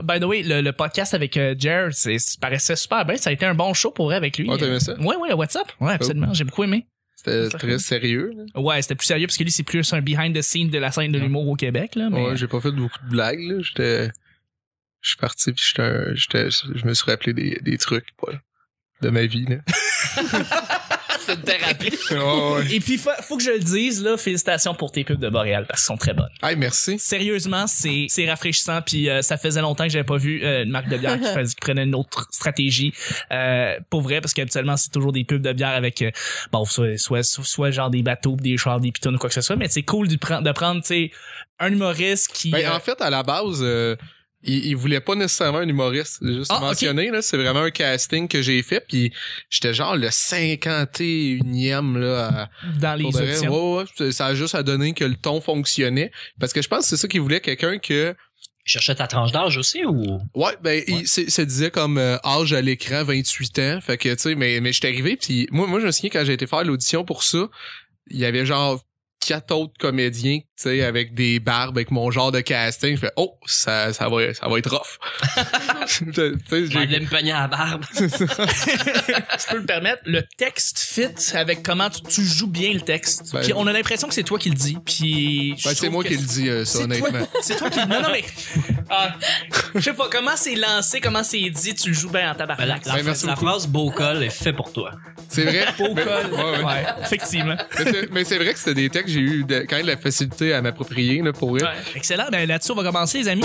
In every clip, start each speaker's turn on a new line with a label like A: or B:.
A: By the way, le, le podcast avec euh, Jer, c'est, ça paraissait super bien. Ça a été un bon show pour vrai avec lui.
B: Ouais, t'as aimé ça?
A: Ouais, ouais, le WhatsApp. Ouais, absolument. J'ai beaucoup aimé.
B: C'était très sérieux. là.
A: Ouais, c'était plus sérieux parce que lui, c'est plus un behind the scene de la scène de l'humour au Québec, là. Ah, Mais...
B: Ouais, j'ai pas fait beaucoup de blagues. là. J'étais. Je suis parti puis j'étais un- j'étais- je me suis rappelé des, des trucs voilà, de ma vie. Là.
C: C'est une thérapie.
B: Ouais, ouais.
A: Et puis, fa- faut que je le dise, là, félicitations pour tes pubs de Boréal parce qu'elles sont très bonnes.
B: Hey, merci.
A: Sérieusement, c'est c'est rafraîchissant puis euh, ça faisait longtemps que j'avais pas vu euh, une marque de bière qui, fais- qui prenait une autre stratégie euh, pour vrai parce qu'habituellement c'est toujours des pubs de bière avec euh, bon soit soit soit, soit genre des bateaux, des chars, des pitons ou quoi que ce soit mais c'est cool de prendre de prendre tu sais un humoriste qui
B: Ben,
A: euh,
B: en fait, à la base, euh, il, il voulait pas nécessairement un humoriste. J'ai Juste
A: Ah, ok.
B: mentionné, là, c'est vraiment un casting que j'ai fait. Puis j'étais genre le 51e là, à,
A: dans les
B: Pour de vrai,
A: auditions.
B: ouais, ouais, c'est- ça a juste à donner que le ton fonctionnait. Parce que je pense que c'est ça qu'il voulait, quelqu'un que...
C: Cherchais ta tranche d'âge aussi ou.
B: Ouais, ben, il c'est- ça disait comme euh, âge à l'écran, 28 ans. Fait que, tu sais, mais, mais j'étais arrivé, puis moi, moi, je me souviens, quand j'ai été faire l'audition pour ça, il y avait genre quatre autres comédiens, tu sais, avec des barbes, avec mon genre de casting. Je fais « Oh, ça, ça, va, ça va être rough! » Tu sais,
C: Je
B: j'ai-
C: voulais me pogner à la barbe.
A: je peux le permettre, le texte fit avec comment tu, tu joues bien le texte.
B: Ben,
A: puis on a l'impression que c'est toi qui le dis. Puis je
B: Ben, c'est
A: trouve
B: moi
A: que
B: qui le dis, euh, ça,
A: C'est toi,
B: honnêtement.
A: c'est toi qui. Non, non, mais. Ah, je sais pas, comment c'est lancé, comment c'est dit, tu le joues bien en
C: Ben, la,
A: tabarnak.
C: la-
B: Ouais, merci
C: la
B: beaucoup.
C: phrase beau col est fait pour toi.
B: C'est vrai?
A: Beau
B: Mais-
A: col.
B: ouais, ouais.
A: Ouais, effectivement.
B: Mais c'est- Mais c'est vrai que c'était des textes que j'ai eu de- quand même la facilité à m'approprier, là, pour vrai.
A: Ouais. Excellent. Ben, là-dessus, on va commencer, les amis.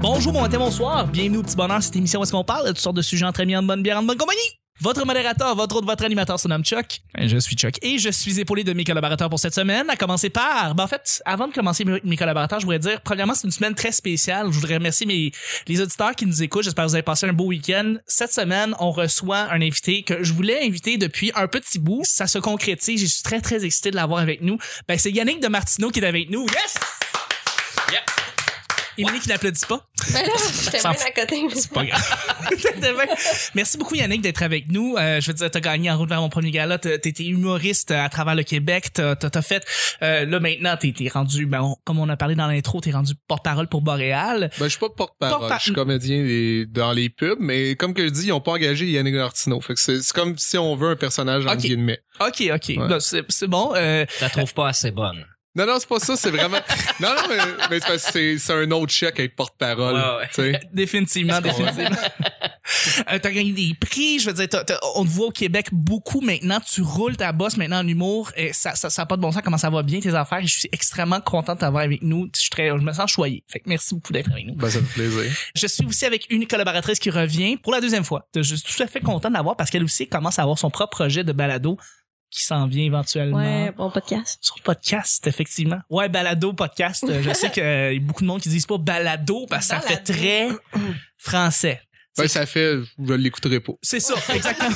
A: Bonjour, bon matin, bonsoir. Bienvenue au Petit Bonheur, cette émission où est-ce qu'on parle de toutes sortes de sujets entre amis, en bonne bière, en bonne compagnie. Votre modérateur, votre autre, votre animateur se nomme Chuck. Je suis Chuck. Et je suis épaulé de mes collaborateurs pour cette semaine, à commencer par... Ben, en fait, avant de commencer mes mes collaborateurs, je voudrais dire, premièrement, c'est une semaine très spéciale. Je voudrais remercier mes, les auditeurs qui nous écoutent. J'espère que vous avez passé un beau week-end. Cette semaine, on reçoit un invité que je voulais inviter depuis un petit bout. Ça se concrétise. Je suis très, très excité de l'avoir avec nous. Ben, c'est Yannick de Martineau qui est avec nous. Yes!
C: Yeah.
A: Yannick qui n'applaudit pas.
D: Ben là, j'étais
A: S'en
D: bien à côté. mais
A: Pas grave. T'es bien. Merci beaucoup Yannick d'être avec nous. Euh, je veux dire, t'as gagné en route vers mon premier gala. T'as- T'étais humoriste euh, à travers le Québec. T'as t'as- t'as fait. euh, là maintenant, t'es t'es rendu. Ben, on- comme on a parlé dans l'intro, t'es rendu porte-parole pour Boréal.
B: Ben, je suis pas porte-parole.
A: Porte-par-
B: je suis comédien des- dans les pubs, mais comme que je dis, ils ont pas engagé Yannick Martineau. Fait que c'est c'est comme si on veut un personnage entre
A: Ok.
B: guillemets.
A: Ok, ok.
B: Ouais.
A: Ben, c'est c'est bon. Euh,
C: Je la trouve pas assez bonne.
B: Non, non, c'est pas ça, c'est vraiment. non, non, mais, mais c'est parce que c'est- c'est un autre chèque être porte-parole.
C: Ouais, ouais.
B: tu sais.
A: Définitivement,
B: Est-ce qu'on va?
A: définitivement. Euh, t'as gagné des prix, je veux dire, t'as- t'as- on te voit au Québec beaucoup maintenant, tu roules ta bosse maintenant en humour, et ça n'a ça, ça a pas de bon sens comment ça va bien tes affaires, et je suis extrêmement contente d'avoir avec nous, je, suis très, je me sens choyé, fait que merci beaucoup d'être avec nous.
B: Ben, ça me fait plaisir.
A: Je suis aussi avec une collaboratrice qui revient pour la deuxième fois, je suis tout à fait content d'avoir parce qu'elle aussi commence à avoir son propre projet de balado qui s'en vient éventuellement.
D: Ouais, bon podcast.
A: Sur podcast, effectivement. Ouais, balado, podcast. Euh, Je sais qu'il y a beaucoup de monde qui disent pas balado parce que ça fait
D: Balado.
A: très français.
B: Ben,
A: C'est-
B: ça fait, je l'écouterai pas.
A: C'est ça, exactement.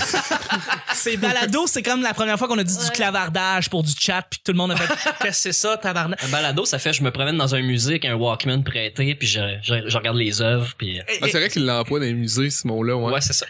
A: c'est balado, c'est comme la première fois qu'on a dit du
D: Ouais.
A: clavardage pour du chat, puis que tout le monde a fait Qu'est-ce que c'est ça, tabarnak.
C: Un balado, ça fait je me promène dans un musée avec un Walkman prêté, puis je, je, je regarde les œuvres, puis. euh,
A: Et-
B: Ah, c'est
A: et-
B: vrai qu'il l'emploie dans les musées, ce mot-là, ouais.
C: Ouais, c'est ça.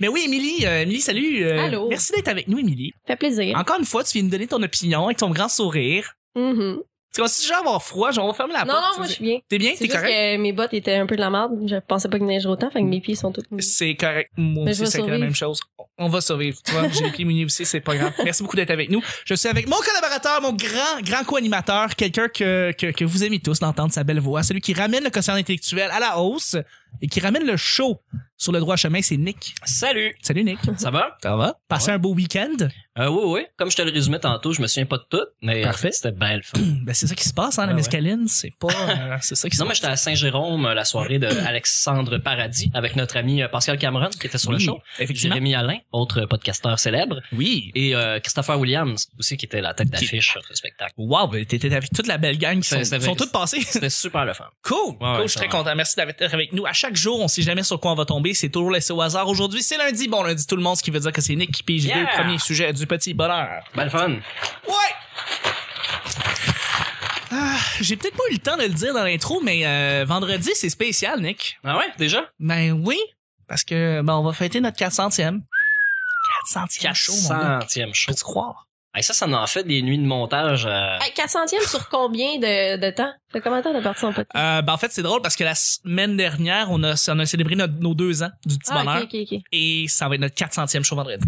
A: Mais oui, Émilie, euh, Émilie, salut. euh,
D: Allô.
A: Merci d'être avec nous, Émilie.
D: Fait plaisir.
A: Encore une fois, tu viens nous donner ton opinion avec ton grand sourire.
D: Mhm.
A: Tu vas si avoir froid, genre on va fermer la
D: Non,
A: porte.
D: non, moi, je suis bien.
A: ah, T'es bien,
D: C'est
A: t'es
D: juste
A: correct?
D: que mes bottes étaient un peu de la merde. Je pensais pas qu'il neigerait autant, fait que mes pieds sont tous mouillés.
A: C'est correct. Moi
D: Mais
A: aussi,
D: je vais
A: c'est la
D: survivre.
A: même chose. On va survivre. Tu vois, j'ai les pieds mouillés aussi, c'est pas grave. Merci beaucoup d'être avec nous. Je suis avec mon collaborateur, mon grand, grand co-animateur, quelqu'un que, que, que vous aimez tous d'entendre sa belle voix, celui qui ramène le quotient intellectuel à la hausse et qui ramène le show sur le droit chemin, c'est Nick.
C: Salut!
A: Salut Nick.
C: Ça va?
A: Ça va? Passez
C: Ouais.
A: un beau week-end.
C: Euh, oui, oui. Comme je te le résumais tantôt, je me souviens pas de tout, mais
A: Parfait.
C: c'était bien le fun.
A: Ben, c'est ça qui se passe, hein, la
C: Ouais,
A: mescaline. C'est pas, euh, c'est ça qui se
C: Non, mais
A: passe.
C: j'étais à Saint-Jérôme euh, la soirée de Alexandre Paradis avec notre ami euh, Pascal Cameron qui était sur le
A: Oui,
C: show.
A: Effectivement.
C: Jérémy Alain, autre podcasteur célèbre.
A: Oui.
C: Et euh, Christopher Williams aussi qui était la tête
A: Qui-
C: d'affiche euh, de ce spectacle.
A: Wow, ben, t'étais avec toute la belle gang qui sont,
C: C'est- c'est vrai.
A: sont toutes passées.
C: C'était super le fun.
A: Cool!
C: Ouais,
A: Cool,
C: ouais,
A: je suis
C: ça
A: très
C: va.
A: content. Merci d'être avec nous. À chaque jour, on sait jamais sur quoi on va tomber. C'est toujours laissé au hasard. Aujourd'hui, c'est lundi. Bon, lundi, tout le monde, ce qui veut dire que c'est Nick qui pige
C: Yeah!
A: les deux premiers sujets du petit bonheur.
C: Ben le fun.
A: Ouais! Ah, J'ai peut-être pas eu le temps de le dire dans l'intro, mais euh, vendredi, c'est spécial, Nick.
C: Ah ouais, déjà?
A: Ben oui, parce que ben, on va fêter notre 400e. 400e show, mon gars.
C: Centième show.
A: Peux-tu croire?
C: Hey, ça, ça en fait des nuits de montage. euh,
D: Hey, 400e sur combien de, de temps? Fait combien de temps t'as parti son podcast?
A: Euh, ben, en fait, c'est drôle parce que la semaine dernière, on a, on a célébré notre- nos deux ans du petit bonheur.
D: Ah, ok, ok, ok.
A: Et ça va être notre 400e show vendredi.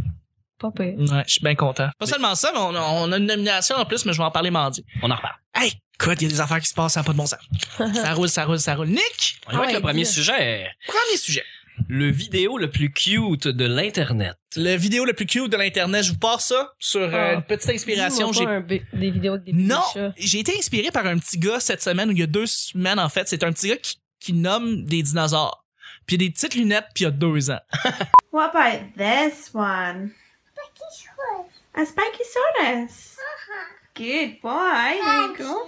D: Pas pire.
A: Ouais, je suis bien content. Pas seulement ça, mais on a, on a une nomination en plus, mais je vais en parler mardi.
C: On en reparle.
A: Hey, quoi, il y a des affaires qui se passent, ça n'a pas de bon sens. ça roule, ça roule, ça roule. Nick,
C: On y va
D: Ah
C: avec
D: ouais,
C: le premier
D: dis-le.
C: sujet.
A: premier sujet.
C: Le vidéo le plus cute de l'Internet.
A: Le vidéo le plus cute de l'Internet, je vous passe ça sur euh,
D: Ah.
A: une petite inspiration.
D: Dis-moi
A: J'ai
D: pas un bi- des vidéos avec des petits
A: Non,
D: chats.
A: j'ai été inspiré par un petit gars cette semaine, ou il y a deux semaines en fait. C'est un petit gars qui, qui nomme des dinosaures. Puis il a des petites lunettes, puis il y a deux ans.
E: What about this one? A spiky saurus. Good boy. There you go.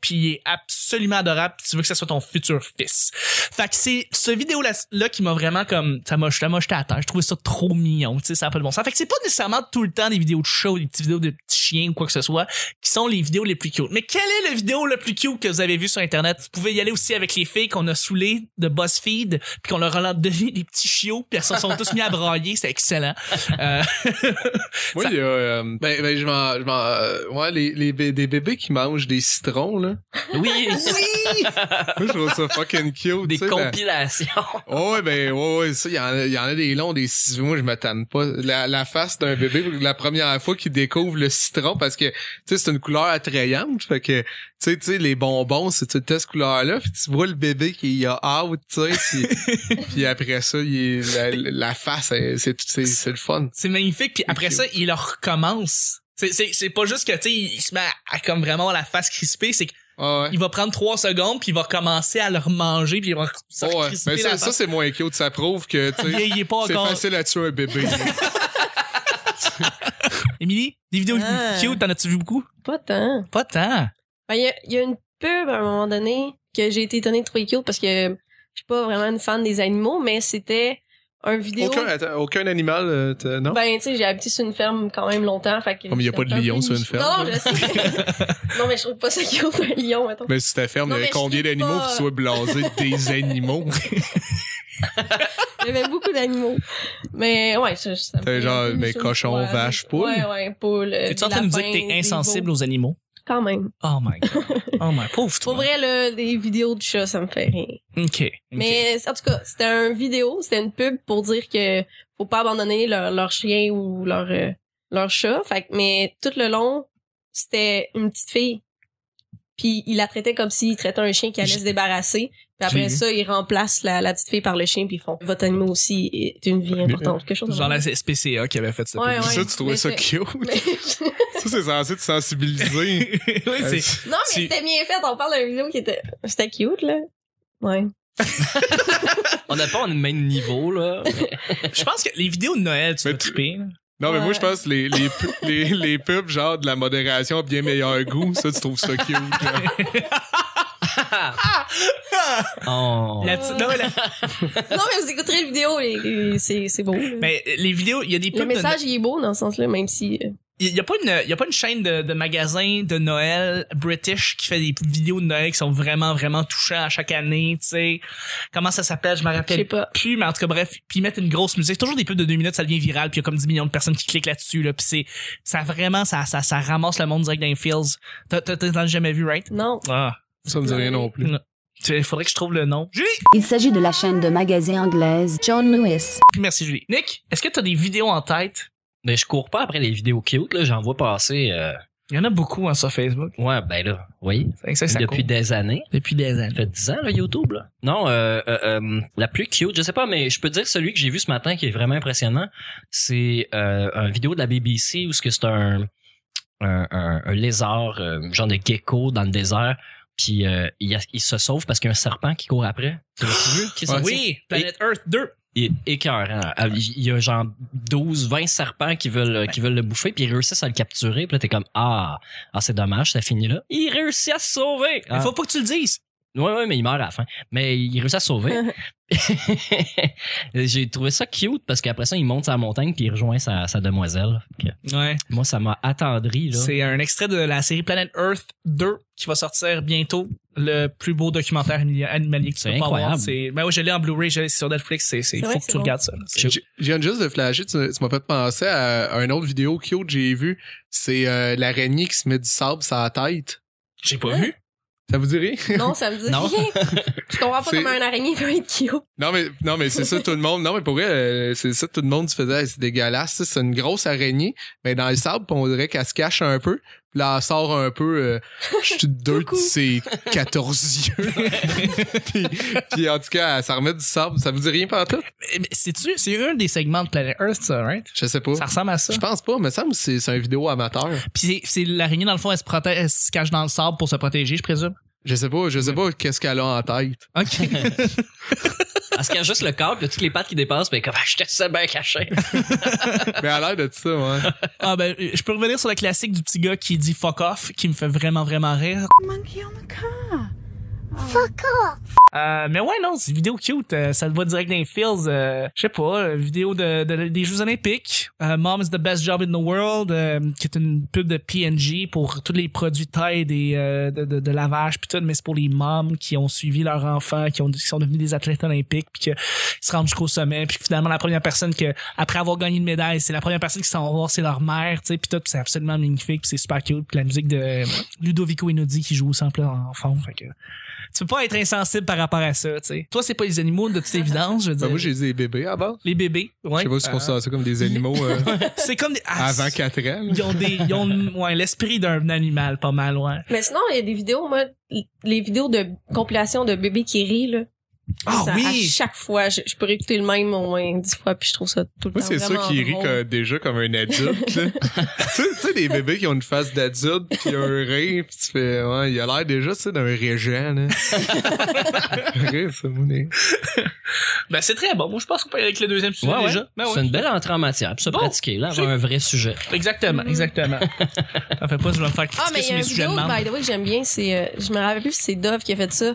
A: Puis il est absolument adorable, puis tu veux que ça soit ton futur fils. Fait que c'est ce vidéo-là là qui m'a vraiment comme... Ça m'a ça m'a jeté à terre. Je trouvais ça trop mignon, tu sais, ça n'a pas de bon sens. Fait que c'est pas nécessairement tout le temps des vidéos de chats ou des petites vidéos de petits chiens ou quoi que ce soit qui sont les vidéos les plus cute. Mais quelle est la vidéo le plus cute que vous avez vu sur Internet? Vous pouvez y aller aussi avec les filles qu'on a saoulées de BuzzFeed, puis qu'on leur a donné des petits chiots, puis elles se sont tous mis à brailler. C'est excellent. Euh,
B: Moi, il y a, euh, ben, ben, je m'en, je m'en, euh, ouais, les, les, bé- des bébés qui mangent des citrons, là.
C: Oui,
A: oui!
B: Moi, je trouve ça fucking cute,
C: des
B: tu sais, ben. la-
C: compilations.
B: Oh, ouais, ben, ouais, ouais, ça, il y, en a- il y en a des longs, des ciseaux. Moi, je m'attends pas. La, la face d'un bébé, la première fois qu'il découvre le citron, parce que, tu sais, c'est une couleur attrayante. Fait que, tu sais, tu sais, les bonbons, c'est toute cette couleur-là. Puis tu vois le bébé qui y a out, tu sais. Puis, puis après ça, il est- la, la face, elle, c'est, c'est, c'est le fun.
A: C'est magnifique. Puis après ça, il leur recommence. C'est, c'est, c'est pas juste que, tu sais, il se met à, à comme vraiment la face crispée. C'est qu'il
B: Ah, ouais.
A: va prendre trois secondes, puis il va recommencer à leur manger, puis il va se
B: Oh, ouais.
A: crisper
B: Ben,
A: la
B: ça, ça,
A: face.
B: c'est moins cute. Ça prouve que, tu
A: il,
B: sais,
A: est- il est pas
B: c'est
A: encore.
B: facile à tuer un bébé.
A: Émilie, des vidéos
D: Ah.
A: cute, t'en as-tu vu beaucoup?
D: Pas tant.
A: Pas tant.
D: Ben, Il y, a- il y a une pub à un moment donné que j'ai été étonnée de trouver cute parce que je suis pas vraiment une fan des animaux, mais c'était un vidéo.
B: aucun, attends, aucun animal, euh, t'as- non?
D: Ben, tu sais, j'ai habité sur une ferme quand même longtemps. Fait que
B: Comme il y a pas de
D: j'étais
B: lion
D: un peu
B: sur une
D: nichée.
B: ferme.
D: Non, non, je sais. non, mais je trouve pas ça cute, un lion, mettons.
B: Mais si ta ferme,
D: Non,
B: il y a
D: mais je
B: combien
D: trouve
B: d'animaux
D: pas-
B: pour que tu sois blasé des animaux?
D: Il y avait beaucoup d'animaux. Mais, ouais, je, je- ça me
B: T'as
D: fait
B: genre,
D: un peu
B: mais
D: sur le
B: cochon,
D: poil.
B: vache, poule.
D: Ouais, ouais, poule. euh,
A: T'es-tu en train de nous dire que t'es insensible aux animaux?
D: Quand même.
A: Oh my god. Oh my pauvre toi.
D: Pour vrai, là, les vidéos de chats, ça me fait rien.
A: OK. OK.
D: Mais en tout cas, c'était un vidéo, c'était une pub pour dire que faut pas abandonner leur, leur chien ou leur euh, leur chat. Fait que- mais tout le long, c'était une petite fille. Puis il la traitait comme s'il traitait un chien qui allait
A: J'ai-
D: se débarrasser. Puis
A: J'ai
D: après
A: vu.
D: ça, il remplace la, la petite fille par le chien puis ils font votre animal aussi est une vie importante quelque chose.
A: Genre la SPCA qui avait fait ça.
D: Ouais, ouais.
B: ça, tu trouvais
D: mais
B: ça
D: c'est-
B: cute?
D: Mais-
B: ça, c'est censé te sensibiliser.
A: oui, c'est...
D: non mais
A: Tu-
D: c'était bien fait. On parle d'une vidéo qui était c'était cute là. Ouais.
C: On n'a pas le même niveau, là. Mais-
A: Je pense que les vidéos de Noël, tu
B: Mais
A: vas
B: tu-
A: triper. là.
B: non, mais moi,
D: Ouais.
B: je pense que les, les, pu- les, les pubs, genre, de la modération, bien meilleur goût, ça, tu trouves ça cute. genre.
C: Oh.
A: La petite- non, mais la-
D: non mais vous écouterez la vidéo, et- et c'est c'est beau. là.
A: mais les vidéos, il y a des pubs
D: Le
A: de
D: message, il est beau dans ce sens-là, même si. euh,
A: Il y a pas une y a pas une chaîne de, de magasins de Noël british qui fait des vidéos de Noël qui sont vraiment vraiment touchants à chaque année, tu sais. Comment ça s'appelle, je me
D: Je sais
A: rappelle
D: pas.
A: plus, mais en tout cas bref, puis ils mettent une grosse musique, toujours des pubs de deux minutes, ça devient viral, puis il y a comme 10 millions de personnes qui cliquent là-dessus là, puis c'est ça vraiment ça ça ça ramasse le monde direct dans les feels. T'as t'as- t'en as jamais vu, right
D: Non.
A: Ah,
B: Ça me dit rien non plus.
A: il faudrait que je trouve le nom. Julie,
F: Il s'agit de la chaîne de magasins anglaise John Lewis.
A: merci Julie. Nick, est-ce que t'as des vidéos en tête
C: Mais je cours pas après les vidéos cute, là. J'en vois passer. euh,
A: Il y en a beaucoup hein, sur Facebook.
C: Ouais, ben là, oui.
A: C'est que ça, ça
C: Depuis
A: court.
C: des années.
A: depuis des années.
C: Ça fait 10 ans, là, YouTube, là. Non, euh, euh, euh, la plus cute, je sais pas, mais je peux dire celui que j'ai vu ce matin qui est vraiment impressionnant, c'est euh, une vidéo de la BBC où ce que c'est un, un, un- un lézard, euh, genre de gecko dans le désert, puis euh, il, a- il se sauve parce qu'il y a un serpent qui court après. Tu l'as-tu vu? Qui est sorti?
A: Oui, Planet Earth 2.
C: Il est écœurant. Ah, Il y a genre 12, 20 serpents qui veulent, qui veulent le bouffer, puis ils réussissent à le capturer, puis là, t'es comme, ah, ah c'est dommage, ça finit là. Il réussit à se sauver!
A: Il faut pas que tu le dises.
C: Ouais, ouais, mais il meurt à la fin. Mais il réussit à se sauver. J'ai trouvé ça cute parce qu'après ça, il monte sa montagne puis il rejoint sa, sa demoiselle. Fait que
A: Ouais.
C: moi, ça m'a attendri, là.
A: C'est un extrait de la série Planet Earth 2 qui va sortir bientôt. Le plus beau documentaire animali- animalier que tu
C: C'est
A: peux pas avoir.
C: incroyable.
A: C'est, ben oui, je l'ai en Blu-ray, je l'ai sur Netflix. C'est, c'est,
D: C'est
A: faut
D: vrai
A: que
D: que
A: tu
D: c'est bon.
A: regardes ça. là. C'est-
B: Je je viens juste de flasher, tu, tu m'as fait penser à, à une autre vidéo cute que j'ai vue. C'est euh, l'araignée qui se met du sable sur la tête.
A: J'ai pas vu.
B: Ça vous dirait?
D: Non, ça me dit
C: Non.
D: rien. Je comprends pas
B: C'est-
D: comment un araignée peut être cute.
B: Non mais non mais c'est ça tout le monde. Non mais pour vrai, euh, c'est ça tout le monde se faisait Hey, c'est dégueulasse, ça, c'est une grosse araignée, mais dans le sable, puis on dirait qu'elle se cache un peu. Puis là, elle sort un peu euh, je te deux de
D: Coucou.
B: ses 14 yeux. puis, puis en tout cas, elle s'en remet du sable, ça vous dit rien pas tout
A: Eh ben, C'est-tu, c'est un des segments de Planet Earth, ça, right?
B: Je sais pas.
A: Ça ressemble à ça.
B: Je pense pas, mais ça me semble que c'est c'est un vidéo amateur.
A: Puis c'est- c'est l'araignée, dans le fond, elle se, protège, elle se cache dans le sable pour se protéger, je présume.
B: Je sais pas, je sais pas qu'est-ce qu'elle a en tête.
A: OK.
C: Parce qu'il y a juste le corps, puis il y a toutes les pattes qui dépassent, mais comme, ah, je te sais bien caché.
B: Mais elle a l'air de ça, ouais.
A: ah ben, euh, je peux revenir sur le classique du petit gars qui dit fuck off, qui me fait vraiment, vraiment rire.
E: Monkey on the car.
A: Euh, mais ouais, non, c'est une vidéo cute. euh, ça te va direct dans les fields. euh, je sais pas, euh, vidéo de, de- des Jeux Olympiques. Euh, Mom is the best job in the world, euh, qui est une pub de P&G pour tous les produits Tide et euh, de, de, de lavage puis tout, mais c'est pour les moms qui ont suivi leurs enfants, qui, ont, qui sont devenus des athlètes olympiques puis que ils se rendent jusqu'au sommet puis que finalement la première personne que après avoir gagné une médaille, c'est la première personne qui s'en va voir, c'est leur mère, tu sais, puis tout, c'est absolument magnifique, puis c'est super cute, puis la musique de Ludovico Einaudi qui joue au sample en fond, fait que tu peux pas être insensible par rapport à ça, tu sais. Toi, c'est pas les animaux de toute évidence, je veux
B: Ben,
A: dire.
B: moi j'ai des bébés à base.
A: les bébés, ouais.
B: Je sais pas si on considère ça comme des animaux euh,
A: Euh, c'est comme des ah,
B: avant
A: c'est-
B: 4 ans. là.
A: ils ont des ils ont ouais, l'esprit d'un animal pas mal, ouais.
D: Mais sinon, il y a des vidéos, moi, les vidéos de compilation de bébés qui rient, là.
A: Ah
D: Ça, À
A: oui.
D: chaque fois, je, je pourrais écouter le même au moins dix fois, puis je trouve ça tout le
B: Moi,
D: temps
B: c'est ceux
D: vraiment
B: qui rient
D: drôle.
B: comme- déjà comme un adulte. là. tu sais- tu sais, des bébés qui ont une face d'adulte, puis un rire, puis tu fais, ouais, il a l'air déjà, tu sais, d'un régent, là. Rire, ça, mon nez.
A: Ben c'est très bon. Moi, je pense qu'on peut aller avec le deuxième sujet
C: Ouais, ouais.
A: déjà. Ben
C: C'est
A: ouais.
C: une belle entrée en matière, puis se
A: Bon,
C: pratiquer, là,
A: j'ai-
C: avoir un vrai sujet.
A: Exactement, exactement. T'en fais pas, je vais me faire critiquer
D: Ah, mais il y
A: sur
D: a
A: mes
D: une
A: sujets de
D: vidéo,
A: membres.
D: by the way, que j'aime bien, c'est, euh, je me rappelle plus si c'est Dove qui a fait ça,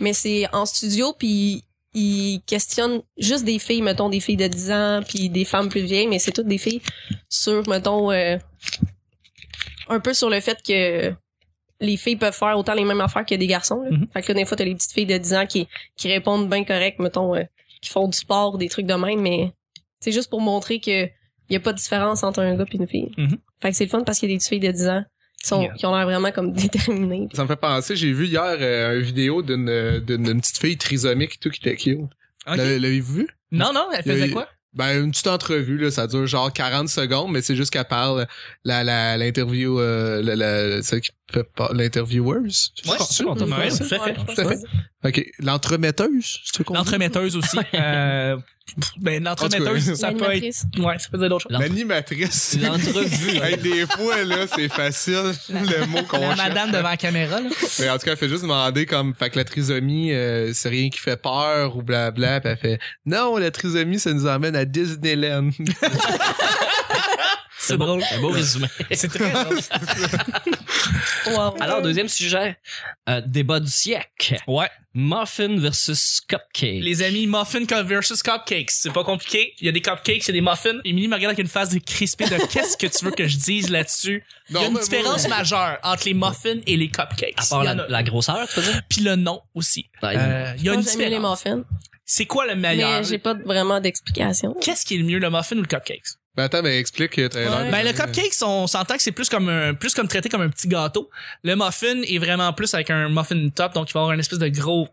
D: mais c'est en studio, puis il questionne juste des filles, mettons, des filles de 10 ans, puis des femmes plus vieilles, mais c'est toutes des filles sur, mettons, euh, un peu sur le fait que les filles peuvent faire autant les mêmes affaires que des garçons, là.
A: Mhm.
D: Fait que là, des fois, t'as les petites filles de 10 ans qui, qui répondent bien correct, mettons, euh, qui font du sport, des trucs de même, mais c'est juste pour montrer que y a pas de différence entre un gars et une fille.
A: Mhm.
D: Fait que c'est le fun parce qu'il y a des filles de 10 ans qui, sont,
A: Yeah.
D: qui ont l'air vraiment comme déterminées.
B: Ça me fait penser, j'ai vu hier euh, une vidéo d'une euh, d'une d'une petite fille trisomique et tout qui était cute.
A: Ok.
B: L'avez- L'avez-vous vu?
A: Non, non, elle faisait
B: Il-
A: quoi?
B: Ben, une petite entrevue, là, ça dure genre 40 secondes, mais c'est juste qu'elle parle, la, la, l'interview, euh, la, la, celle qui fait par- l'intervieweuse.
A: Ouais,
B: C'est-tu?
A: on t'a-
D: Ouais,
A: tout à fait.
B: Tout à fait. OK. L'entremetteuse, c'est ce qu'on dit?
A: L'entremetteuse aussi. euh, ben, l'entremetteuse,
B: En tout cas,
A: ça peut être.
D: L'animatrice.
A: Ouais, ça peut dire d'autres choses.
C: L'entre-
B: L'animatrice.
C: L'entrevue.
B: Hey, des fois, là, c'est facile, le mot qu'on
A: La
B: cherche.
A: madame devant la caméra, là.
B: Mais en tout cas, elle fait juste demander comme, fait que la trisomie, euh, c'est rien qui fait peur ou blabla. Puis elle fait, non, la trisomie, ça nous emmène à Disneyland.
A: C'est drôle.
C: Un beau résumé.
A: C'est très drôle.
D: Wow.
C: Alors, deuxième sujet, euh, débat du siècle.
A: Ouais.
C: Muffin versus cupcake.
A: Les amis, muffins co- versus cupcakes. C'est pas compliqué. Il y a des cupcakes, il y a des muffins. Émilie me regarde avec une face de crispée de qu'est-ce que tu veux que je dise là-dessus. Il y a
B: Non,
A: une
B: mais-
A: différence majeure entre les muffins et les cupcakes.
C: À part
A: Il y
C: la,
A: en a-
C: la grosseur, tu veux dire? Ben,
A: Puis le nom aussi.
C: Ouais.
A: Euh, Il y a
D: Moi,
A: une
D: j'aime bien les
A: différence.
D: muffins,
A: C'est quoi le meilleur?
D: mais j'ai pas vraiment d'explication.
A: Qu'est-ce qui est le mieux, le muffin ou le cupcake?
B: Mais Ben, attends, mais explique. euh, t'as l'air de-
A: Ben, le cupcake, on s'entend que c'est plus comme un, plus comme traité comme un petit gâteau. Le muffin est vraiment plus avec un muffin top, donc il va avoir une espèce de gros,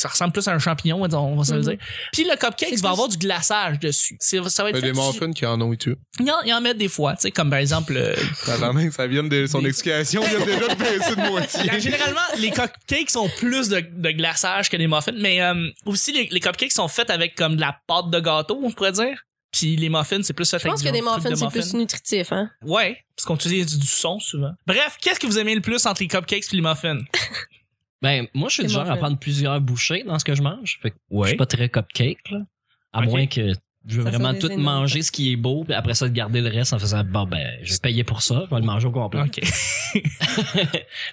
A: ça ressemble plus à un champignon, on va- on va se le dire. Puis le cupcake, il va
D: Mm-hmm. plus-
A: avoir du glaçage dessus. C'est- Ça va être
B: Il y a
A: fait-
B: Ben, des muffins qui en ont eu tout.
A: Ils en, ils en mettent des fois, tu sais, comme par exemple, euh,
B: Attends, mais ça vient de son explication, il vient déjà de baisser de moitié.
A: Là, généralement, les cupcakes ont plus de, de glaçage que des muffins, mais euh, aussi les, les cupcakes sont faits avec comme de la pâte de gâteau, on pourrait dire. Puis les muffins, c'est plus fait
D: Je pense que
A: avec
D: des
A: du truc
D: muffins,
A: de
D: c'est plus nutritif, hein?
A: Ouais, parce qu'on utilise du, du son souvent. Bref, qu'est-ce que vous aimez le plus entre les cupcakes et les muffins?
C: Ben, moi, je suis
D: C'est
C: du genre
D: mon
C: à
D: fait.
C: prendre plusieurs bouchées dans ce que je mange. Fait que
A: Ouais.
C: je suis pas très cupcake, là. À
A: Ok.
C: moins que Je veux
D: Ça
C: vraiment
D: sauve des
C: tout
D: énormes
C: manger ce qui est beau, puis après ça, de garder le reste en faisant, bon, ben, je vais payer pour ça, je vais le manger au complet.
A: Ok.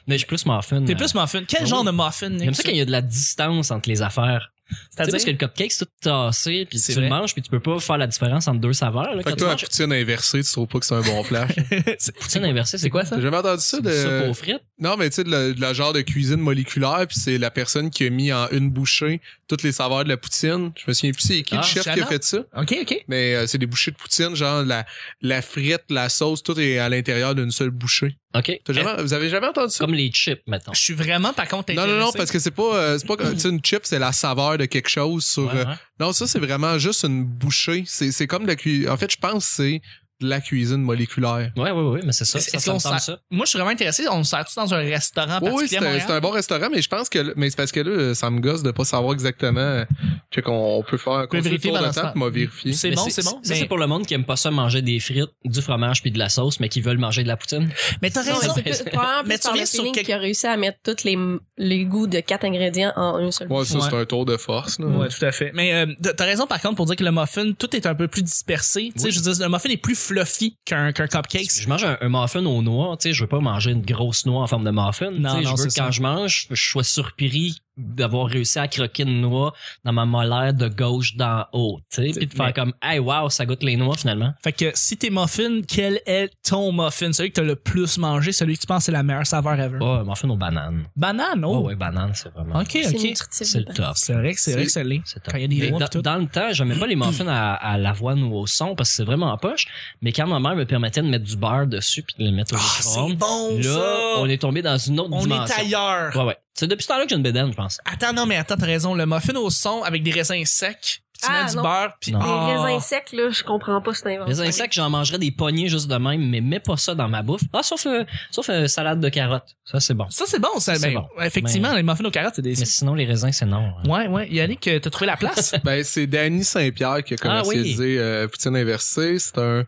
C: Mais je suis plus muffin.
A: T'es
C: euh,
A: plus muffin. Quel
C: oui.
A: genre de muffin, Nick?
C: J'aime ça quand il y a de la distance entre les affaires. Tu sais,
A: C'est-à-dire?
C: parce que le cupcake, c'est tout tassé, puis
A: C'est
C: tu
A: vrai.
C: le manges, puis tu peux pas faire la différence entre deux saveurs. Là,
B: Fait
C: quand
B: que
C: tu
B: toi, la
C: manges
B: poutine inversée, tu trouves pas que c'est un bon flash?
A: C'est-
C: poutine inversée, c'est quoi ça?
B: T'as jamais entendu ça?
C: C'est
B: De...
C: du soupe aux frites?
B: Non, mais tu sais, de la, de la genre de cuisine moléculaire, puis c'est la personne qui a mis en une bouchée toutes les saveurs de la poutine. Je me souviens plus c'est qui
A: Ah,
B: le chef qui a
A: Shannon.
B: fait ça.
A: ok, ok.
B: Mais euh, c'est des bouchées de poutine, genre la, la frite, la sauce, tout est à l'intérieur d'une seule bouchée.
C: OK.
B: T'as jamais, vous avez jamais entendu ça?
C: Comme les chips, maintenant.
A: Je suis vraiment, par contre,
B: Non, non, non, parce que c'est pas, euh, c'est pas comme- tu sais, une chip, c'est la saveur de quelque chose sur. euh, Non, ça, c'est vraiment juste une bouchée. C'est c'est comme de la cuisine. En fait, je pense que c'est de la cuisine moléculaire.
C: Ouais, ouais, ouais, mais c'est ça.
A: Est-ce
C: ça,
A: qu'on
C: ça, me semble
A: sert-
C: ça.
A: Moi, je suis vraiment intéressé. On sert tout dans un restaurant hein?
B: Oui, oui,
A: particulier
B: c'est
A: à
B: un,
A: Montréal?
B: c'est un bon restaurant, mais je pense que. Mais c'est parce que là, ça me gosse de pas savoir exactement. Tu sais, qu'on on peut faire un
A: peux vérifier
B: tour de
A: pendant ce
B: table,
A: temps.
B: puis m'a vérifié.
A: C'est
C: Mais
A: bon, c'est bon.
C: Ça,
A: mais-
C: c'est pour le monde qui aime pas ça manger des frites, du fromage puis de la sauce, mais qui veulent manger de la poutine.
A: Mais t'as
D: Non, mais
A: raison.
D: c'est plus- probablement
A: Mais
D: plus
A: tu
D: par
A: viens
D: le
A: sur
D: feeling
A: quel-
D: qui a réussi à mettre tous les, les goûts de quatre ingrédients en un seul.
B: Ouais, ça, c'est
A: Ouais.
B: un tour de force, là.
A: Ouais, tout à fait. Mais euh, t'as- t'as raison par contre pour dire que le muffin, tout est un peu plus dispersé. Tu sais,
C: Oui.
A: je veux dire, le muffin est plus fluffy qu'un qu'un cupcake.
C: Je mange un, un muffin aux noix, tu sais, je veux pas manger une grosse noix en forme de muffin.
A: Non, non,
C: tu sais, je veux
A: c'est
C: que
A: ça.
C: quand je mange, je sois surpris d'avoir réussi à croquer une noix dans ma molaire de gauche d'en haut, tu sais, puis de faire
A: Mais-
C: comme, hey, wow, ça goûte les noix finalement.
A: Fait que si t'es muffin, quel est ton muffin? Celui que t'as le plus mangé, celui que tu penses c'est la meilleure saveur ever.
C: Oh, un muffin aux bananes.
A: Banane,
C: Oh,
A: oh.
C: ouais, banane, c'est vraiment.
A: Ok,
D: C'est
A: ok.
D: nutritif.
C: C'est le top.
A: C'est vrai que c'est vrai que ça l'est.
C: C'est top.
A: Quand il y a
C: Mais
A: des noix pis
C: dans,
A: tout.
C: dans le temps, j'aimais pas les muffins à, à l'avoine ou au son parce que c'est vraiment en poche. Mais quand ma mère me permettait de mettre du beurre dessus puis de le mettre au
A: Ah, c'est
C: micro-ondes,
A: bon,
C: là,
A: ça.
C: on est tombé dans une autre
A: On est
C: dimension.
A: ailleurs.
C: Ouais, ouais. C'est depuis ce temps-là que j'ai une bédaine, je pense.
A: Attends, non, mais attends, t'as raison. Le muffin au son avec des raisins secs, pis tu
D: Ah,
A: mets du
D: non.
A: beurre, pis
C: Non.
A: Ah.
D: Les raisins secs, là, je comprends pas cette invention.
C: Les insectes, j'en mangerais des poignées juste de même, mais mets pas ça dans ma bouffe. Ah, sauf, euh, sauf euh, salade de carottes. Ça, c'est bon.
A: Ça, c'est bon, ça.
C: C'est
A: Ben,
C: bon.
A: Effectivement, les muffins aux carottes, c'est des...
C: Mais sinon, les raisins, c'est non. hein.
A: Ouais, ouais. Yannick, euh, t'as trouvé la place?
B: Ben, c'est Danny Saint-Pierre qui a
C: Ah oui.
B: commercialisé euh, Poutine Inversée. C'est un.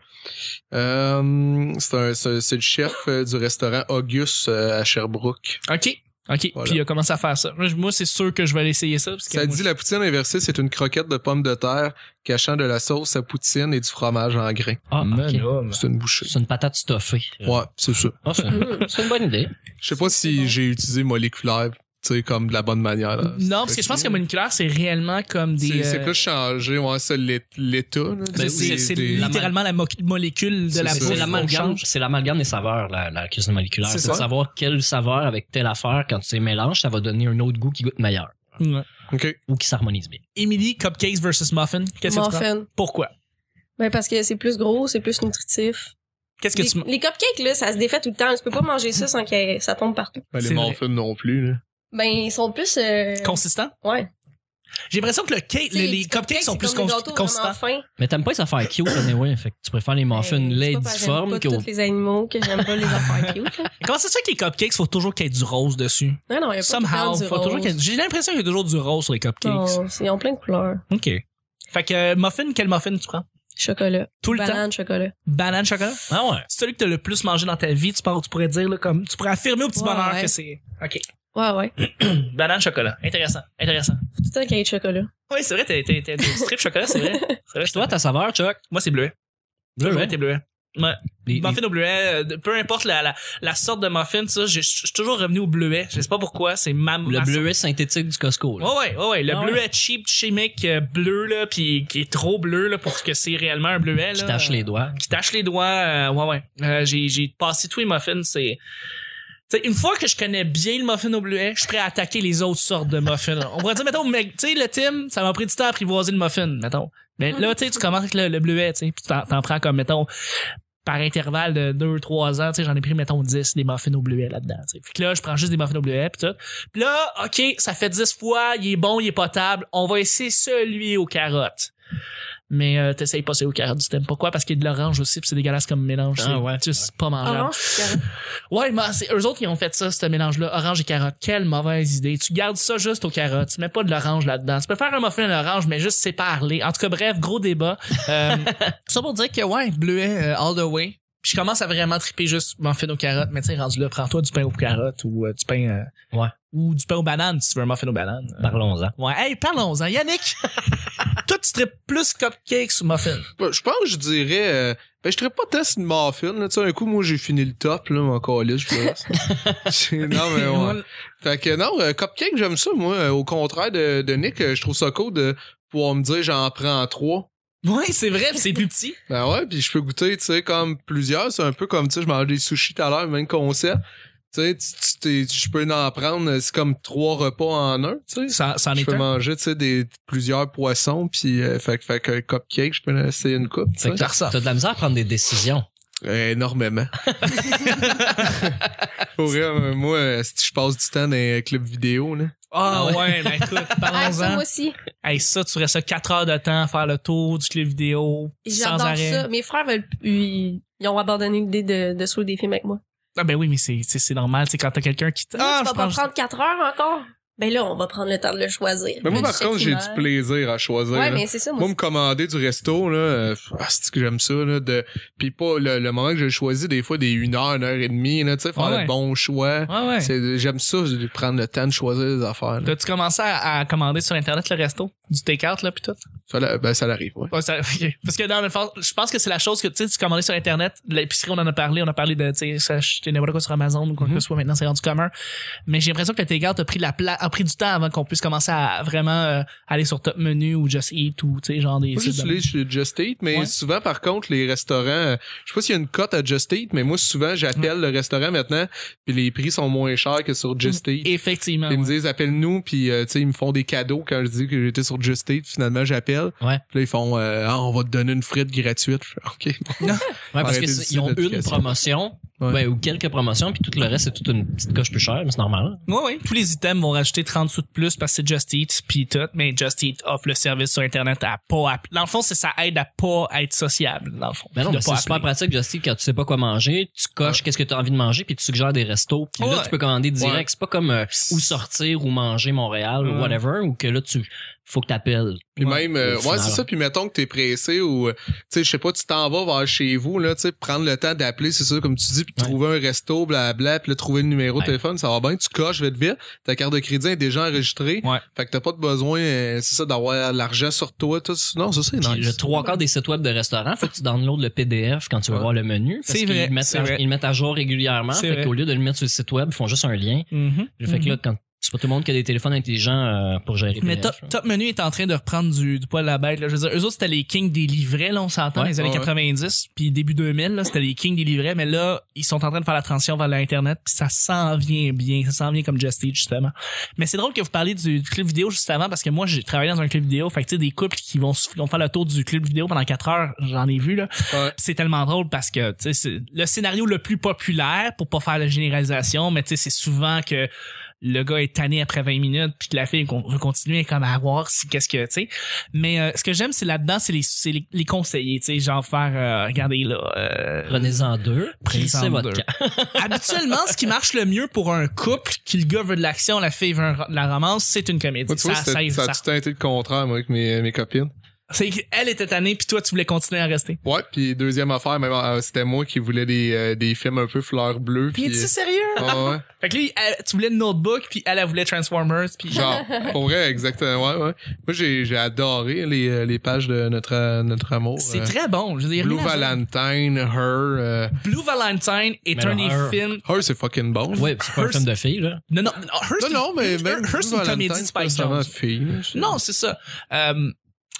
B: euh, c'est un. C'est c'est le chef euh, du restaurant Auguste euh, à Sherbrooke.
A: OK. OK.
B: Voilà.
A: Puis il a commencé à faire ça. Moi, je- Moi, c'est sûr que je vais aller essayer ça. Parce que
B: Ça
A: moi,
B: dit la poutine inversée, c'est une croquette de pommes de terre cachant de la sauce à poutine et du fromage en grains.
C: Ah, ok.
B: C'est une bouchée.
C: C'est une patate stuffée.
B: Ouais, c'est ça.
C: Ah, c'est
D: Mm.
C: c'est une bonne idée.
B: Je sais pas si j'ai utilisé moléculaire, tu sais, comme de la bonne manière. là.
A: Non, parce que je pense que moléculaire, c'est réellement comme des.
B: C'est c'est
A: euh,
B: plus changé, ouais, ça, l'é- l'état. là.
A: c'est-
C: Ben oui,
A: c'est-
B: Des-
A: c'est
B: des-
C: la-
A: littéralement la mo- molécule de
B: C'est
A: la
B: ça.
A: bouffe
C: C'est
A: qu'on
C: l'amalgame,
A: change.
C: c'est l'amalgame des saveurs, la, la cuisine moléculaire.
A: C'est
C: C'est
A: ça.
C: de savoir quelle saveur avec telle affaire, quand tu les mélanges, ça va donner un autre goût qui goûte meilleur
A: Ouais.
B: OK.
C: ou qui s'harmonise bien.
A: Emily, cupcakes versus muffin. Qu'est-ce que tu prends?
D: Muffin.
A: Pourquoi?
D: Ben, parce que c'est plus gros, c'est plus nutritif.
A: Qu'est-ce que
D: les,
A: tu. m-
D: les cupcakes, là, ça se défait tout le temps. Tu peux pas manger ça sans que ça tombe partout.
B: Ben,
A: C'est
B: les
A: vrai.
B: morphines non plus. Là.
D: Ben, ils sont plus, euh,
A: Consistant?
D: ouais.
A: J'ai l'impression que le cake,
D: Tu sais,
A: le- les
D: petits
A: cupcakes sont
D: c'est
A: plus
D: comme des
A: cons-
D: gâteaux
A: consistants.
D: vraiment fins.
C: Mais t'aimes pas les affaires cute, anyway, fait que tu préfères les muffins
D: Ben,
C: lait
D: c'est pas parce que
C: difformes
D: J'aime pas
C: qu'au
D: tous les animaux, que j'aime pas les affaires cute, là.
A: Comment ça se fait que les cupcakes, faut toujours qu'il y ait du rose dessus?
D: Non, non, il y a pas
A: Somehow.
D: tout le temps du
A: faut
D: rose.
A: toujours qu'il y ait- J'ai l'impression qu'il y a toujours du rose sur les cupcakes.
D: Non, c'est- ils ont plein de couleurs.
A: OK. Fait que euh, muffin, quel muffin tu prends?
D: Chocolat.
A: Tout le temps?
D: Banane, chocolat.
A: Banane chocolat?
C: Ah ouais.
A: celui que t'as le plus mangé dans ta vie, tu, pars, tu pourrais dire, là, comme, tu pourrais affirmer au petit
D: Ouais,
A: bonheur
D: ouais.
A: que c'est. OK.
D: Ouais, ouais.
A: Banane chocolat. Intéressant. Intéressant.
D: Tout le temps qu'il y ait de chocolat.
A: Oui, c'est vrai, t'es, t'es, t'es, t'es strip chocolat, c'est vrai. C'est vrai,
C: Puis toi, hein? ta saveur, Chuck.
A: Moi, c'est bleuet.
C: Bleuet?
A: Ouais, t'es bleuet. Ouais.
C: Les-
A: muffin au bleuet, euh, de- peu importe la, la, la sorte de muffin, ça, j'ai- je suis toujours revenu au bleuet. Je sais pas pourquoi, c'est ma,
C: Le
A: ma Oh
C: bleuet synthétique du Costco. là.
A: Ouais, ouais, ouais, ouais. Le
C: Ah
A: bleuet cheap, chimique, euh, bleu, là, puis qui est trop bleu, là, pour ce que c'est réellement un bleuet, là.
C: qui tâche les doigts.
A: qui tâche les doigts. euh, ouais, ouais. Euh, j'ai, j'ai passé tous les muffins. C'est. T'sais, une fois que je connais bien le muffin au bleuet, je suis prêt à attaquer les autres sortes de muffins. là. On pourrait dire, mettons, mec, tu sais, le Tim, ça m'a pris du temps à apprivoiser le muffin, mettons. Mais là, tu sais, tu commences avec le, le bleuet, tu sais, puis t'en, t'en prends comme, mettons, par intervalle de 2-3 ans, tu sais, j'en ai pris, mettons, 10 des muffins au bleuet là-dedans, tu sais. Puis que là, je prends juste des muffins au bleuet, puis tout. Puis là, OK, ça fait 10 fois, il est bon, il est potable, on va essayer celui aux carottes. Mais euh, t'essayes pas celui aux carottes du thème. Pourquoi? Parce qu'il y a de l'orange aussi, puis c'est dégueulasse comme mélange.
C: Ah
A: c'est
C: ouais.
A: juste pas mangeable.
D: Orange, carotte.
A: Ouais, mais c'est eux autres qui ont fait ça, ce mélange-là, orange et carotte. Quelle mauvaise idée. Tu gardes ça juste aux carottes. Tu mets pas de l'orange là-dedans. Tu peux faire un muffin à l'orange, mais juste séparer. En tout cas, bref, gros débat. Euh, ça pour dire que, ouais, bleuet, euh, all the way. Puis je commence à vraiment triper juste muffin aux carottes. Mais tu sais, rendu là, prends-toi du pain aux carottes ou euh, du pain... euh,
C: Ouais.
A: Ou du pain aux bananes, si tu veux un muffin aux bananes.
C: Parlons-en.
A: Ouais, hey, parlons-en. Yannick, toi, toi, tu serais plus cupcakes ou muffins?
B: Ben, Je pense que je dirais. euh, ben, je serais pas tant sur une morphine, là. Tu sais, un coup, moi, j'ai fini le top, là, mon colis, je pense. J'ai- non, mais ouais. Fait que non, euh, cupcake, j'aime ça, moi. Euh, Au contraire de, de Nick, euh, je trouve ça cool de pouvoir me dire j'en prends trois.
A: Ouais, c'est vrai, pis c'est plus petit.
B: Ben ouais, puis je peux goûter, tu sais, comme plusieurs. C'est un peu comme, tu sais, je mange des sushis tout à l'heure, même concept. Tu sais, tu- tu t'es- je peux en prendre, euh, c'est comme trois repas en un, tu sais.
A: Ça, ça en
B: Je
A: est
B: peux
A: un.
B: manger, tu sais, des plusieurs poissons, puis euh, fait, que- fait que cupcake, je peux en essayer une coupe, tu sais.
C: Fait que t'as
A: Ça.
C: t'as de la misère à prendre des décisions.
B: Énormément. Pour vrai, euh, moi, euh, si je passe du temps dans les clubs vidéo, là.
A: Ah
C: Ah
A: ouais, ben écoute,
D: Ah, ça,
A: parlons-en.
D: moi aussi.
A: Hey, ça, tu restes 4 heures de temps à faire le tour du club vidéo. Sans
D: J'adore
A: arrêt.
D: ça. Mes frères veulent, ils, ils ont abandonné l'idée de, de jouer des films avec moi.
A: Ah ben oui, mais c'est- c'est c'est normal, c'est quand t'as quelqu'un qui... t- Ah,
D: Ah, tu vas
A: je
D: pas
A: pense-
D: prendre 4 heures encore? Ben là, on va prendre le temps de le choisir.
B: Mais moi,
D: Le
B: par contre, j'ai du
D: check-in.
B: plaisir à choisir.
D: Ouais,
B: là.
D: mais c'est ça, moi.
B: Moi, me commander du resto, là, euh, ah, c'est que j'aime ça, là, de, pis pas, le, le moment que j'ai choisi, des fois, des une heure, une heure et demie, là, tu sais, faire
A: Ah ouais.
B: le bon choix.
A: Ouais, ouais.
B: C'est- J'aime ça, de prendre le temps de choisir les affaires, là.
A: T'as-tu commencé à, à commander sur Internet le resto? Du take-out, là, pis tout?
B: Ça, là, ben, ça l'arrive, ouais.
A: Ouais, ça- ok. Parce que dans le fond, je pense que c'est la chose que, tu sais, tu commandais sur Internet, l'épicerie, on en a parlé, on a parlé de, tu sais, s'acheter n'importe quoi sur Amazon ou quoi
B: Mhm.
A: que ce soit, maintenant c'est rendu commun. Mais j'ai l'impression que le take-out a pris la pla- a pris du temps avant qu'on puisse commencer à vraiment euh, aller sur Top Menu ou Just Eat ou, tu sais, genre des...
B: Moi,
A: sites de-
B: j'utilise chez Just Eat, mais
A: Ouais.
B: souvent, par contre, les restaurants, euh, je sais pas s'il y a une cote à Just Eat, mais moi, souvent, j'appelle le restaurant maintenant, puis les prix sont moins chers que sur Just Eat.
A: Effectivement.
B: Ils me
A: Mm. ouais.
B: disent, appelle-nous, puis euh, tu sais, ils me font des cadeaux quand je dis que j'étais sur Just Eat, finalement, j'appelle.
C: Ouais.
B: Puis là, ils font, euh, ah, on va te donner une frite gratuite. Je fais, OK.
C: Ouais, parce
B: Arrêtez de
C: qu'ils ont une
B: l'application.
C: promotion,
B: Ouais.
C: ben, ou quelques promotions, puis tout le reste, c'est toute une petite coche plus chère, mais c'est normal. hein.
A: Ouais, ouais. Tous les items vont rajouter 30 sous de plus parce que c'est Just Eat puis tout, mais Just Eat offre le service sur Internet à pas app- Dans le fond, c'est ça aide à pas être sociable, dans le fond.
C: Ben non,
A: De
C: mais c'est
A: pas
C: super
A: appeler.
C: pratique, Justy, quand tu sais pas quoi manger, tu coches qu'est-ce que tu as envie de manger, puis tu suggères des restos, puis là,
A: Ouais.
C: tu peux commander direct.
B: Ouais.
C: C'est pas comme euh, où sortir ou manger Montréal
A: Ouais.
C: ou whatever, ou que là, tu faut que t'appelles.
B: Puis même, euh,
C: Au
B: ouais,
C: final.
B: c'est ça. Puis mettons que t'es pressé ou, euh, tu sais, je sais pas, tu t'en vas vers chez vous, là, tu sais, prendre le temps d'appeler, c'est ça, comme tu dis, puis
C: Ouais.
B: trouver un resto, blabla, puis là, trouver le numéro
C: Ouais.
B: de téléphone, ça va bien, tu coches vite vite. Ta carte de crédit est déjà enregistrée.
A: Ouais.
B: Fait que t'as pas de besoin, euh, c'est ça, d'avoir l'argent sur toi, tout ça. Non, ça, c'est
C: Puis
B: nice.
C: le trois quarts des sites web de restaurants, faut que tu downloades le PDF quand tu vas
B: Ouais.
C: voir le menu. parce
A: C'est
C: qu'ils
A: vrai,
C: le mettent
A: c'est
C: à-
A: vrai.
C: Ils le mettent à jour régulièrement.
A: C'est
C: Fait
A: vrai.
C: qu'au lieu de le mettre sur le site web, ils font juste un lien.
A: Mhm.
C: Fait que là, quand c'est pas tout le monde qui a des téléphones intelligents euh, pour gérer
A: Mais
C: PDF,
A: top,
C: là.
A: top Menu est en train de reprendre du, du poil à la bête. Là. Je veux dire, eux autres, c'était les kings des livrets, là, on s'entend,
C: Ouais,
A: les années
B: ouais.
A: 90, puis début 2000, là, c'était les kings des livrets, mais là, ils sont en train de faire la transition vers l'Internet, puis ça s'en vient bien, ça s'en vient comme Just Eat, justement. Mais c'est drôle que vous parliez du, du club vidéo juste avant, parce que moi, j'ai travaillé dans un club vidéo, fait que, tu sais, des couples qui vont, se- qui vont faire le tour du club vidéo pendant 4 heures, j'en ai vu, là.
B: Ouais.
A: C'est tellement drôle parce que, tu sais, c'est le scénario le plus populaire, pour pas faire la généralisation, mais tu sais, c'est souvent que le gars est tanné après 20 minutes puis que la fille con- veut continuer comme à voir si qu'est-ce que tu sais mais euh, ce que j'aime c'est là-dedans c'est les, c'est les les conseillers tu sais genre faire euh, regardez là euh,
C: Prenez-en deux,
A: Prenez-en
C: prenez votre
A: deux.
C: camp.
A: habituellement ce qui marche le mieux pour un couple qui le gars veut de l'action la fille veut un- de la romance c'est une comédie
B: Moi, tu vois,
A: ça,
B: c'était-
A: ça,
B: ça a
A: ça-
B: tout le temps été le contraire, moi, avec mes, mes copines.
A: c'est que elle était tannée puis toi tu voulais continuer à rester
B: Ouais, puis deuxième affaire, même, euh, c'était moi qui voulais des, euh, des films un peu fleurs bleues.
A: puis
B: Puis,
A: es-tu sérieux
B: Ah ouais.
A: fait que lui elle- tu voulais le notebook puis elle elle voulait Transformers puis
B: Genre, pour vrai, exactement. Ouais, ouais. Moi, j'ai, j'ai adoré les, euh, les pages de notre, euh, notre amour.
A: c'est
B: euh,
A: très hein, bon je veux dire
B: Blue
A: rien à dire.
B: Valentine, Her. euh,
A: Blue Valentine est
C: Mais
A: un
C: le
A: des
C: Her.
A: films
B: Her, c'est fucking bon.
C: Ouais, c'est pas un
A: Hearst-
C: film de filles, là.
A: non non non, Her,
B: Non,
A: c'est-
B: non, mais
A: Her-
B: même
A: Her, c'est une comédie de Spike Jonze.
B: Fille,
A: Non, c'est ça. Euh,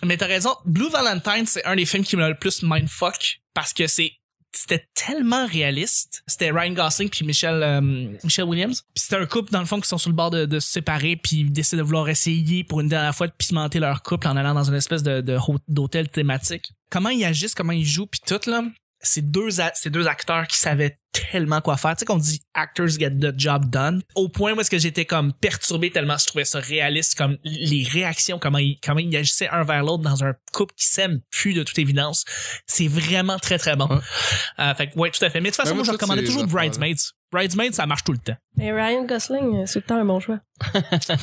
A: mais t'as raison. Blue Valentine, c'est un des films qui m'a le plus mindfuck parce que c'est c'était tellement réaliste. C'était Ryan Gosling puis Michelle euh, Michelle Williams. Puis c'était un couple dans le fond qui sont sur le bord de, de se séparer puis ils décident de vouloir essayer pour une dernière fois de pimenter leur couple en allant dans une espèce de de hô- d'hôtel thématique. Comment ils agissent, comment ils jouent puis tout là. Ces deux, a- ces deux acteurs qui savaient tellement quoi faire. Tu sais qu'on dit actors get the job done. Au point où est-ce que j'étais comme perturbé tellement je trouvais ça réaliste, comme les réactions, comment ils, comment ils agissaient un vers l'autre dans un couple qui s'aime plus de toute évidence. C'est vraiment très très bon.
B: Ouais.
A: Euh, fait que, ouais, tout à fait. Mais de toute façon, moi,
B: Ben, moi,
A: je
B: ça,
A: recommandais
B: c'est
A: toujours
B: les affaires, là.
A: Bridesmaids. Bridesmaids, ça marche tout le temps.
D: Mais Ryan Gosling, euh, c'est tout le temps un bon choix.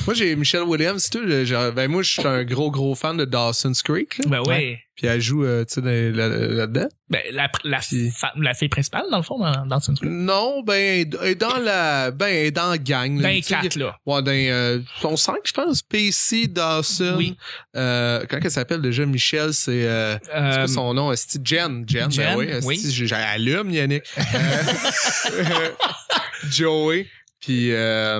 B: moi, j'ai Michelle Williams, tu sais, j'ai- ben moi, je suis un gros, gros fan de Dawson's Creek, là.
A: Ben ouais.
B: Puis elle joue, euh, tu sais, dans- là- là-dedans.
A: Ben, la, la, fa- la fille principale, dans le fond, dans, dans Sun's Creek.
B: Non, ben, elle est dans la, ben, elle est dans la gang, là.
A: Dans les
B: Tu sais,
A: Ben, quatre, là.
B: Ouais, dans, euh, son 5, je pense. PC, Dawson.
A: Oui.
B: Euh, comment qu'elle s'appelle déjà? Michelle, c'est, euh, c'est quoi
A: Euh,
B: son nom? Esti? Jen. Jen,
A: Jen,
B: ben oui. esti,
A: oui.
B: j'ai- J'allume, Yannick. Euh, Joey. Puis, euh,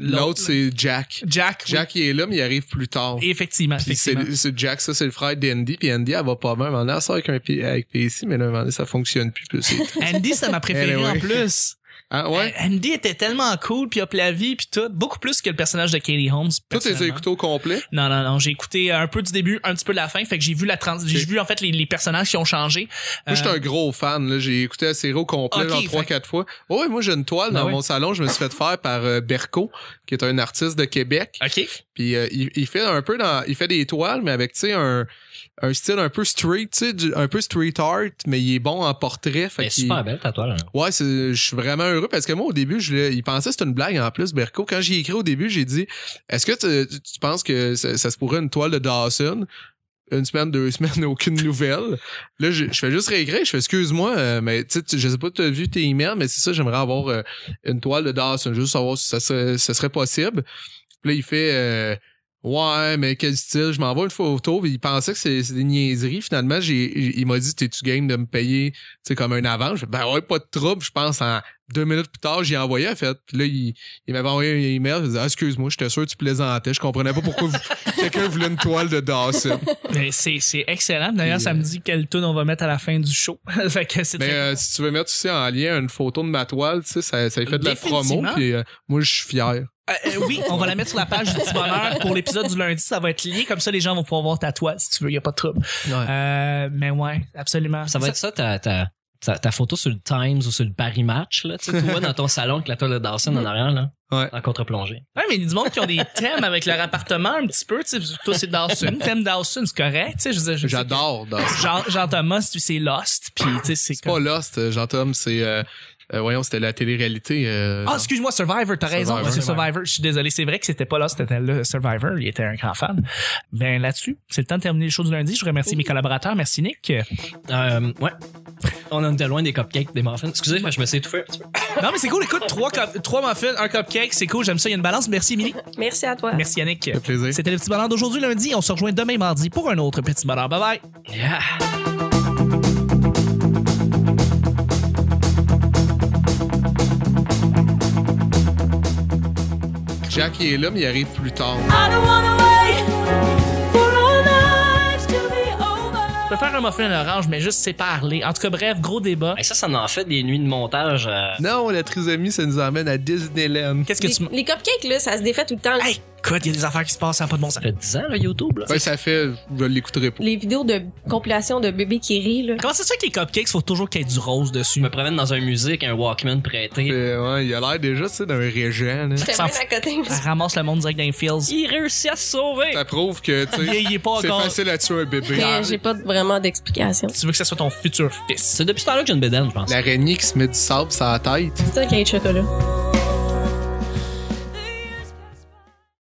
B: l'autre, c'est Jack.
A: Jack. oui.
B: Jack, il est là, mais il arrive plus tard.
A: Effectivement,
B: Puis
A: effectivement.
B: c'est c'est Jack, ça, c'est le frère d'Andy. Puis Andy, elle va pas bien. On a ça avec, un, P- avec PC, mais là, à un moment donné, ça fonctionne plus. plus c'est-
A: Andy, c'est ma préférée
B: Anyway.
A: en plus.
B: Ah, ouais?
A: A- Andy était tellement cool, puis hop la vie, puis tout. Beaucoup plus que le personnage de Katie Holmes.
B: Toi, t'es
A: personnellement.
B: écouté au complet?
A: Non, non, non. J'ai écouté un peu du début, un petit peu de la fin. Fait que j'ai vu la trans... J'ai
B: Ok.
A: vu, en fait, les, les personnages qui ont changé.
B: Moi, j'étais un gros fan. là. J'ai écouté la série au complet,
A: Euh, Ok,
B: genre
A: fait-
B: 3-4 fois. Oh, ouais, moi, j'ai une toile
A: Ben
B: dans
A: ouais.
B: mon salon. Je me suis fait faire par euh, Berco, qui est un artiste de Québec.
A: Euh, OK.
B: Puis euh, il, il fait un peu dans, il fait des toiles, mais avec tu sais un, un style un peu street, tu sais, du- un peu street art, mais il est bon en portrait. Fait
C: Elle est
B: qu'il-
C: Ben, super belle, ta toile. hein.
B: Ouais, c'est- je suis vraiment heureux parce que moi, au début, je, l'ai- il pensait que c'était une blague en plus, Berco. Quand j'ai écrit au début, j'ai dit Est-ce que tu, tu- tu penses que ça, ça se pourrait une toile de Dawson Une semaine, deux semaines, aucune nouvelle. Là, je, je fais juste réécrire. Je fais Excuse-moi, euh, mais tu sais, tu- je sais pas, tu as vu tes emails, mais c'est ça, j'aimerais avoir euh, une toile de Dawson, juste savoir si ça serait, ça serait possible. Puis là, il fait. euh, Ouais, mais quel style? Je m'envoie une photo. Puis il pensait que c'est c'est des niaiseries. Finalement, j'ai, il m'a dit, t'es-tu game de me payer tu sais, comme un avant. Je fais, ben ouais, pas de trouble. Je pense, en deux minutes plus tard, j'ai envoyé, en fait. Puis là, il, il m'avait envoyé un email. Il disait, Ah, excuse-moi, j'étais sûr que tu plaisantais. Je comprenais pas pourquoi vous- quelqu'un voulait une toile de Dawson.
A: Mais c'est, c'est excellent. D'ailleurs,
B: Puis,
A: ça me dit quelle tune on va mettre à la fin du show. fait que c'est
B: Mais
A: très-
B: euh, si tu veux mettre aussi en lien une photo de ma toile, tu sais, ça, ça lui fait de la promo.
A: Définitivement.
B: Puis euh, moi, je suis fier.
A: Euh, euh, oui, on va la mettre sur la page du petit bonheur pour l'épisode du lundi. Ça va être lié. Comme ça, les gens vont pouvoir voir ta toile si tu veux. Il a pas de trouble. Euh, mais ouais, absolument.
C: Ça va être ça, ta, ta, ta, ta photo sur le Times ou sur le Paris Match, là. Tu sais, toi, dans ton salon avec la toile de Dawson en arrière, là.
B: Ouais.
C: En contre-plongée.
A: Ouais, mais il y a du monde qui ont des thèmes avec leur appartement un petit peu. Tu sais, toi, c'est Dawson. Thème Dawson, c'est correct. Tu sais, je veux dire, je sais
B: J'adore
A: que
B: Dawson.
A: Jean, Jean Thomas, tu sais, Lost. Puis, tu sais, c'est
B: C'est pas
A: comme-
B: Lost, Jean-Tom, c'est... euh, euh, voyons, c'était la télé-réalité. euh,
A: Ah, excuse-moi, Survivor, t'as raison,
B: Survivor.
A: monsieur Survivor. Je suis désolé, c'est vrai que c'était pas là, c'était le Survivor. Il était un grand fan. Ben, là-dessus, c'est le temps de terminer les show du lundi. Je remercie mes collaborateurs. Merci, Nick.
C: Euh, ouais. On en était loin des cupcakes, des muffins. Excusez, moi, je me suis étouffé un petit peu.
A: Non, mais c'est cool. Écoute, trois, cup- trois muffins, un cupcake. C'est cool. J'aime ça. Il y a une balance. Merci, Émilie.
D: Merci à toi.
A: Merci, Yannick.
B: Ça fait plaisir.
A: C'était le petit bonheur d'aujourd'hui, lundi. On se rejoint demain, mardi, pour un autre petit bonheur. Bye bye.
C: Yeah.
B: Jack, il est là, mais il arrive plus tard.
A: Je peux faire un muffin à l'orange, mais juste séparer. En tout cas, bref, gros débat.
C: Hey, Ben, ça, ça en fait des nuits de montage. euh,
B: Non, la trisomie, ça nous emmène à Disneyland.
A: Qu'est-ce que
D: Les,
A: tu. m-
D: les cupcakes, là, ça se défait tout le temps.
A: Hey, écoute, il y a des affaires qui se passent, ça n'a pas de bon sens.
C: Ça fait 10 ans, là, YouTube, là.
B: Ben, ça fait... Je l'écouterai pas.
D: Les vidéos de compilation de bébés qui rient, là.
A: Comment c'est ça que les cupcakes, faut toujours qu'il y ait du rose
C: Je
A: dessus?
C: me promène dans un musée avec un Walkman prêté.
B: Euh, ouais, il a l'air déjà, tu sais, d'un régent. Là.
D: J'étais
A: s'en
D: même à côté.
A: Ça Ah, ramasse le monde direct dans les fields.
C: Il réussit à se sauver!
B: Ça prouve que, tu
A: Il,
B: sais,
A: il est pas
B: c'est
A: encore.
B: facile à tuer un bébé.
D: Mais j'ai pas vraiment d'explication.
A: Tu veux que ça soit ton futur fils.
C: C'est depuis ce temps-là que j'ai une bédaine, je pense.
B: L'araignée qui se met du sable sur la tête.
D: C'est ça qu'il y a de chocolat.